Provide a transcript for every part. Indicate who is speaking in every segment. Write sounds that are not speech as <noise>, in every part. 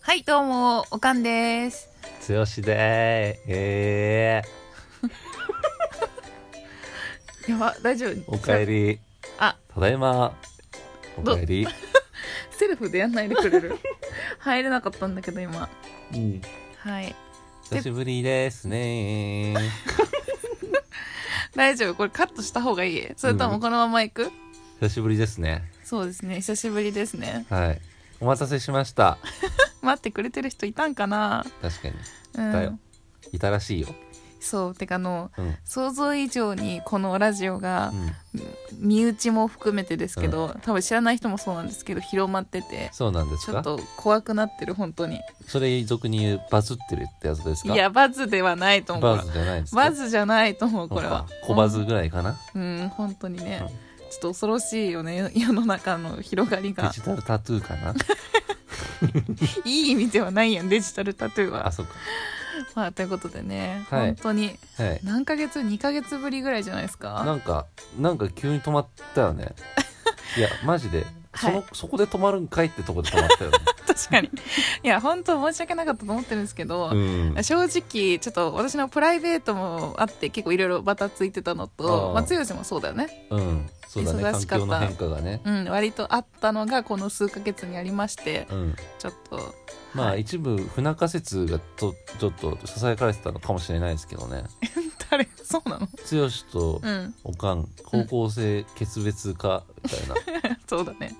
Speaker 1: はい、どうも、おかんです。
Speaker 2: 剛でーえ
Speaker 1: やば、大丈夫。
Speaker 2: ー、おかえり
Speaker 1: あ、
Speaker 2: ただいまおかえり
Speaker 1: セルフでやんないでくれ
Speaker 2: <laughs>
Speaker 1: る。入れなかったんだけど、今。
Speaker 2: うん
Speaker 1: はい。
Speaker 2: 久しぶりですねー
Speaker 1: 大丈夫、これカットした方がいいそれともこのまま行く、
Speaker 2: 久しぶりですね
Speaker 1: そうですね、久しぶりですね。
Speaker 2: はいお待たせしました
Speaker 1: 待ってくれてる人いたんかな
Speaker 2: 確かに
Speaker 1: う
Speaker 2: だよ
Speaker 1: ん。
Speaker 2: いたらしいよ
Speaker 1: そう、てかあの、
Speaker 2: うんうん
Speaker 1: 想像以上にこのラジオが、身内も含めてですけど、多分知らない人もそうなんですけど、広まってて、
Speaker 2: そうなんです
Speaker 1: ちょっ
Speaker 2: か
Speaker 1: と怖くなってる、本当に。
Speaker 2: それ俗に言うバズってるってやつです
Speaker 1: い
Speaker 2: か
Speaker 1: や、バズではないと思う。
Speaker 2: バズじゃないですか
Speaker 1: バズじゃないと思うこれは
Speaker 2: そうか小バズぐらいかな
Speaker 1: うん本当にね、
Speaker 2: うん
Speaker 1: ちょっと恐ろしいよね <laughs> 世の中の広がり
Speaker 2: デ
Speaker 1: が
Speaker 2: ジタルタトゥーかない
Speaker 1: い意味ではないやんデジタルタトゥー
Speaker 2: あ
Speaker 1: は
Speaker 2: そっか
Speaker 1: まあということでね、
Speaker 2: はい
Speaker 1: 本当に
Speaker 2: はい
Speaker 1: 何ヶ月2ヶ月ぶりぐらいじゃないです
Speaker 2: な
Speaker 1: か
Speaker 2: んかなんか急に止まったよ
Speaker 1: <laughs>
Speaker 2: ねいやマジでその、
Speaker 1: は
Speaker 2: そこで止まるんかいってとこで止まった
Speaker 1: <laughs>
Speaker 2: よね
Speaker 1: 確かにいや本当申し訳なかったと思ってるんですけど、
Speaker 2: うん
Speaker 1: 正直ちょっと私のプライベートもあって結構いろいろバタついてたのと
Speaker 2: あー
Speaker 1: まあ剛もそうだよね
Speaker 2: うんそうだね
Speaker 1: 忙
Speaker 2: 環
Speaker 1: しかった
Speaker 2: 境の変化がね
Speaker 1: うん割とあったのがこの数ヶ月にありまして
Speaker 2: うん
Speaker 1: ちょっと
Speaker 2: まあ
Speaker 1: はい
Speaker 2: 一部不仲説がとちょっとささやかれてたのかもしれないですけどね
Speaker 1: 誰そうなの
Speaker 2: 剛と
Speaker 1: うん
Speaker 2: おかん高校生決別かみた
Speaker 1: <laughs>
Speaker 2: いな、
Speaker 1: そうだね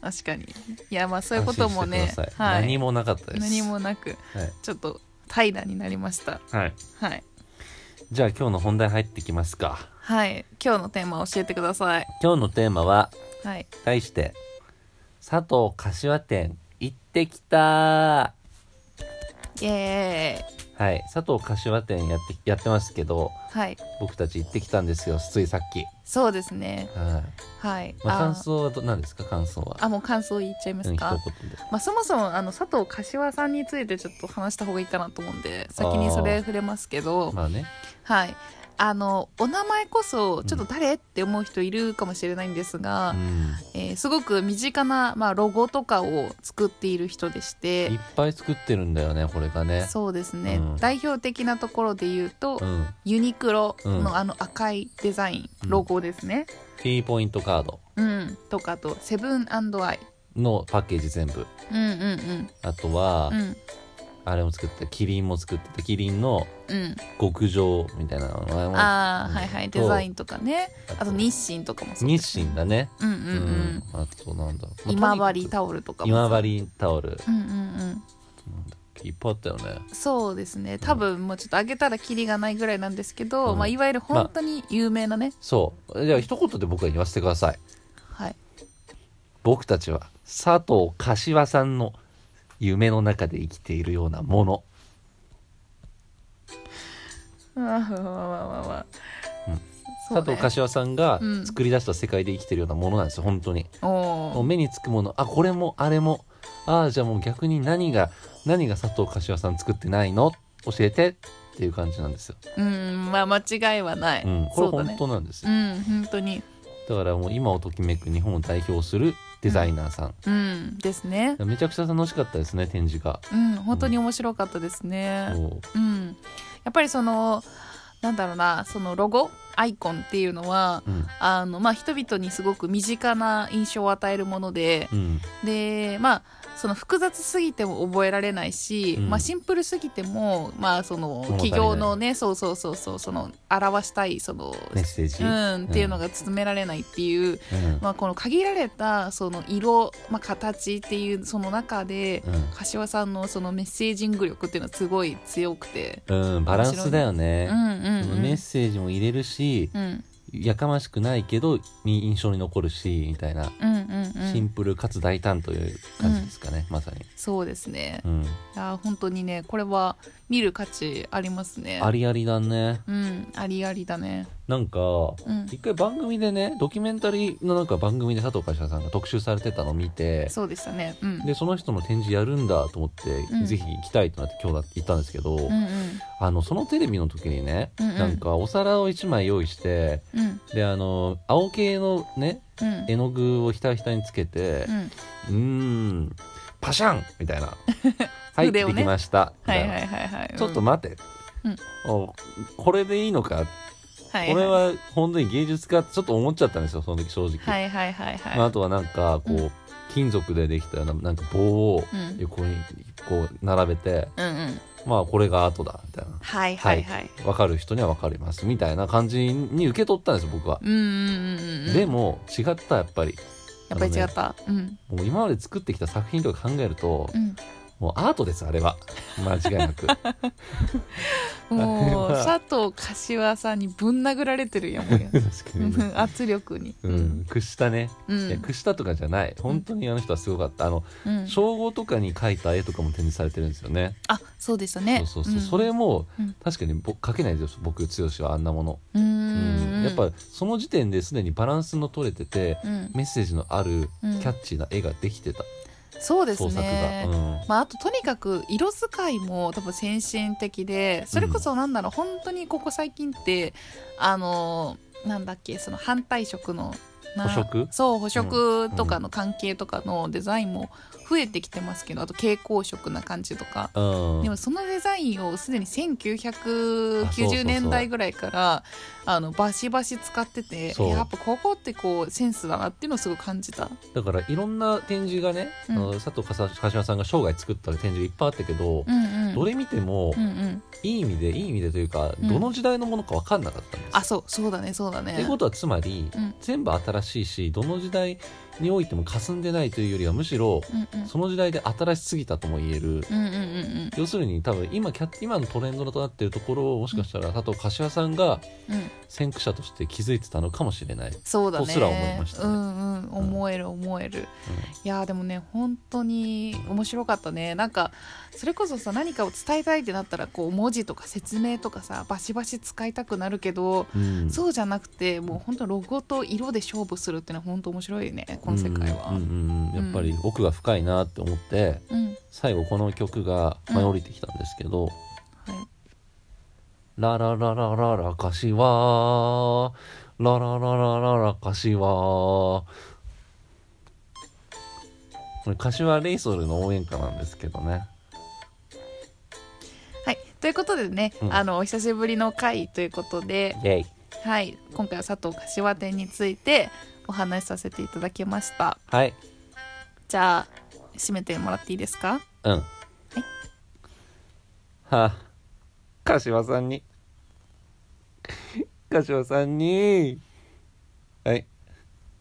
Speaker 2: うん
Speaker 1: 確かにいやまあそういうことも
Speaker 2: 安
Speaker 1: ね
Speaker 2: 心してください
Speaker 1: はい、
Speaker 2: 何もなかったです
Speaker 1: 何もなく
Speaker 2: はい、
Speaker 1: ちょっと怠惰になりました
Speaker 2: はい、
Speaker 1: はい、
Speaker 2: じゃあ今日の本題入ってきますか
Speaker 1: はい、今日のテーマを教えてください
Speaker 2: 今日のテーマは
Speaker 1: はい
Speaker 2: 対して佐藤柏店行ってきた
Speaker 1: イエーイ
Speaker 2: はい佐藤柏店やってやってますけど
Speaker 1: はい
Speaker 2: 僕たち行ってきたんですよついさっき
Speaker 1: そうですね
Speaker 2: はい、
Speaker 1: はい、
Speaker 2: まあ、
Speaker 1: あ
Speaker 2: 感想はど何ですか感想は
Speaker 1: あもう感想言っちゃいま
Speaker 2: う
Speaker 1: す
Speaker 2: ん一
Speaker 1: か、
Speaker 2: 言で
Speaker 1: まあ、そもそもあの佐藤柏さんについてちょっと話した方がいいかなと思うんで先にそれ触れますけど
Speaker 2: まあね
Speaker 1: はいあのお名前こそちょっと誰、って思う人いるかもしれないんですが、
Speaker 2: うん
Speaker 1: えーすごく身近な、まあ、ロゴとかを作っている人でし
Speaker 2: いってぱい作ってるんだよねこれがね
Speaker 1: そうですね、
Speaker 2: うん
Speaker 1: 代表的なところで言うと、
Speaker 2: うん
Speaker 1: ユニクロ
Speaker 2: うん
Speaker 1: のあの赤いデザイン、
Speaker 2: うん
Speaker 1: ロゴですね、
Speaker 2: T ポイントカード
Speaker 1: うん、とかあとセブンアイ
Speaker 2: のパッケージ全部
Speaker 1: うんうんうん
Speaker 2: あとは、
Speaker 1: うん
Speaker 2: あれも作ってたキリンも作ってたキリンの
Speaker 1: うん
Speaker 2: 極上みたいなのも
Speaker 1: ああ、
Speaker 2: うん
Speaker 1: はいはい
Speaker 2: と
Speaker 1: デザインとかねあと日清とかもそうで
Speaker 2: 日
Speaker 1: すね
Speaker 2: 清だね
Speaker 1: うんうん
Speaker 2: う
Speaker 1: うん
Speaker 2: ん、あとなんだろう、まあ
Speaker 1: 今
Speaker 2: とに
Speaker 1: 治
Speaker 2: か
Speaker 1: タオルとか
Speaker 2: く
Speaker 1: も
Speaker 2: 今治タオル
Speaker 1: うんうんうん
Speaker 2: いっぱいあったよね
Speaker 1: そうですね多分もうちょっと上げたらキリがないぐらいなんですけど、
Speaker 2: うん
Speaker 1: まあ、いわゆる本当に有名なね、
Speaker 2: そうじゃあ一言で僕は言わせてください
Speaker 1: はい
Speaker 2: 僕たちは佐藤柏さんの夢の中で生きているようなもの
Speaker 1: わわわわわわ
Speaker 2: うん。
Speaker 1: そう
Speaker 2: 佐
Speaker 1: ね
Speaker 2: 藤柏さんが
Speaker 1: うん
Speaker 2: 作り出した世界で生きてるようなものなんですよ本当にも
Speaker 1: おー
Speaker 2: う目につくものあこれもあれもああじゃあもう逆に何が何が佐藤柏さん作ってないの教えてっていう感じなんですよ、
Speaker 1: うん、まあ間違いはない。
Speaker 2: うん、こ
Speaker 1: そ
Speaker 2: れ
Speaker 1: うだね
Speaker 2: 本。当なんです
Speaker 1: う
Speaker 2: よ
Speaker 1: ん、本当に。
Speaker 2: だからもう今をときめく日本を代表するデザイナーさん、
Speaker 1: うん、ですね。
Speaker 2: めちゃくちゃ楽しかったですね展示が、
Speaker 1: うん、本当に面白かったですね。
Speaker 2: そう
Speaker 1: うん。やっぱりその、なんだろうな、そのロゴ、アイコンっていうのは、
Speaker 2: うん
Speaker 1: あの、まあ人々にすごく身近な印象を与えるもので、
Speaker 2: うん
Speaker 1: で、まあ、その複雑すぎても覚えられないし、
Speaker 2: うん
Speaker 1: まあシンプルすぎても、まあその
Speaker 2: 物
Speaker 1: 企
Speaker 2: 足りない
Speaker 1: 業のね、そうそうそうそう、その表したい、その
Speaker 2: メッセージ、
Speaker 1: うん、っていうのが詰められないっていう、
Speaker 2: うん
Speaker 1: まあ、この限られたその色、まあ、形っていうその中で、柏さんのそのメッセージング力っていうのはすごい強くて、
Speaker 2: うんうん、バランスだよ
Speaker 1: う
Speaker 2: ね
Speaker 1: ん、うん
Speaker 2: その
Speaker 1: うん
Speaker 2: メッセージも入れるし、
Speaker 1: うん
Speaker 2: やかましくないけどに印象に残るしみたいな、
Speaker 1: うんうんう
Speaker 2: シン
Speaker 1: ん
Speaker 2: プルかつ大胆という感じですかね、まさに、
Speaker 1: そうですね
Speaker 2: うん、
Speaker 1: いや本当にねこれは見る価値ありますね
Speaker 2: ありありだね
Speaker 1: うんありありだね
Speaker 2: なんか
Speaker 1: うん
Speaker 2: 一回番組でねドキュメンタリーのなんか番組で佐藤柏さんが特集されてたのを見て
Speaker 1: そうでしたねうん
Speaker 2: でその人の展示やるんだと思って、
Speaker 1: うん
Speaker 2: ぜひ行きたいとなって今日だ行ったんですけど、
Speaker 1: うん
Speaker 2: あのそのテレビの時にね、
Speaker 1: うんうん
Speaker 2: なんかお皿を1枚用意して
Speaker 1: うんうん
Speaker 2: であの青系のね
Speaker 1: うん
Speaker 2: 絵の具をひたひたにつけて
Speaker 1: うん
Speaker 2: うーんパシャンみた
Speaker 1: <laughs>
Speaker 2: いな「はい、
Speaker 1: 筆をね
Speaker 2: できました」み
Speaker 1: は
Speaker 2: たい
Speaker 1: い
Speaker 2: な、
Speaker 1: はいはいはい。
Speaker 2: ちょっと
Speaker 1: うん
Speaker 2: 待て、
Speaker 1: うん
Speaker 2: おこれでいいのか、
Speaker 1: はい
Speaker 2: これは本当に芸術家ってちょっと思っちゃったんですよその時正直、
Speaker 1: はいはいはいはい。
Speaker 2: まあ、あとはなんかこう、
Speaker 1: う
Speaker 2: 金属でできたななんか棒を
Speaker 1: うん
Speaker 2: 横にこう並べて、
Speaker 1: うんうん。
Speaker 2: まあこれが後だみたいな
Speaker 1: はいはいはい。
Speaker 2: 分かる人には分かりますみたいな感じに受け取ったんですよ僕は、
Speaker 1: うんうんうんうん。
Speaker 2: で、も違ったやっぱり
Speaker 1: やっぱり違
Speaker 2: あの
Speaker 1: っ
Speaker 2: ね
Speaker 1: た。うん
Speaker 2: もう今まで作ってきた作品とか考えると、
Speaker 1: うん。
Speaker 2: もうアートですあれは間違いな
Speaker 1: <laughs>
Speaker 2: く
Speaker 1: もう
Speaker 2: あれは
Speaker 1: 佐藤柏さんにぶん殴られてるやんもうや
Speaker 2: 確かにね、
Speaker 1: 圧力に。
Speaker 2: うん屈したね、
Speaker 1: う
Speaker 2: いや
Speaker 1: ん。
Speaker 2: 屈したとかじゃない本当にあの人はすごかったあの
Speaker 1: うん
Speaker 2: 称号とかに描いた絵とかも展示されてるんですよね、
Speaker 1: あそうでしたね。
Speaker 2: そうそうそう、
Speaker 1: ん
Speaker 2: それも、
Speaker 1: うん
Speaker 2: 確かに僕描けないですよ僕剛はあんなもの、
Speaker 1: う
Speaker 2: うん
Speaker 1: ん
Speaker 2: やっぱその時点ですでにバランスの取れてて、
Speaker 1: うん
Speaker 2: メッセージのあるキ
Speaker 1: うん
Speaker 2: ャッチーな絵ができてた、
Speaker 1: そうです
Speaker 2: 創作が、
Speaker 1: ね
Speaker 2: う。ん
Speaker 1: まあ、あととにかく色使いも多分先進的でそれこそなんだろう、本当にここ最近ってあのなんだっけその反対色のな
Speaker 2: 補色
Speaker 1: そう補色とかの関係とかのデザインも増えてきてますけどあと蛍光色な感じとか。
Speaker 2: うん
Speaker 1: でもそのデザインをすでに1990年代ぐらいからあのバシバシ使ってて
Speaker 2: そう
Speaker 1: やっぱここってこうセンスだなっていうのをすごい感じた。
Speaker 2: だからいろんな展示がね、
Speaker 1: うん
Speaker 2: あの佐藤かさ鹿島さんが生涯作った展示がいっぱいあったけど、
Speaker 1: うんうん
Speaker 2: どれ見ても
Speaker 1: うんうん、
Speaker 2: いい意味でいい意味でというか、
Speaker 1: うん
Speaker 2: どの時代のものか分かんなかったんですよ。
Speaker 1: あそうそうだねそうだね。
Speaker 2: ってことはつまり、
Speaker 1: うん
Speaker 2: 全部新しいしどの時代においても霞んでないというよりはむしろ
Speaker 1: うんうん
Speaker 2: その時代で新しすぎたとも言える
Speaker 1: うんうんうん
Speaker 2: 要するに多分今キャッ今のトレンドとなっているところをもしかしたら佐藤柏さんが
Speaker 1: うんうん
Speaker 2: 先駆者として気づいてたのかもしれない。
Speaker 1: そうだね
Speaker 2: とすら思いましたね
Speaker 1: うんうん思える思える、いやーでもね本当に面白かったねなんかそれこそさ何かを伝えたいってなったらこう文字とか説明とかさバシバシ使いたくなるけど、
Speaker 2: うん
Speaker 1: そうじゃなくてもう本当ロゴと色で勝負するっていうのは本当面白いねこの世界は
Speaker 2: うんうんうんやっぱり奥が深いなって思って
Speaker 1: うん、
Speaker 2: 最後この曲が舞い降りてきたんですけど
Speaker 1: はい
Speaker 2: 「ララララララかしわララララララかしわ」これ柏レイソルの応援歌なんですけどね
Speaker 1: はい、ということでね、
Speaker 2: うん
Speaker 1: あのお久しぶりの回ということで、
Speaker 2: イェイ
Speaker 1: はい、今回は佐藤柏店についてお話しさせていただきました
Speaker 2: はい
Speaker 1: じゃあ締めてもらっていいですか
Speaker 2: うんはあ柏さんに柏さんに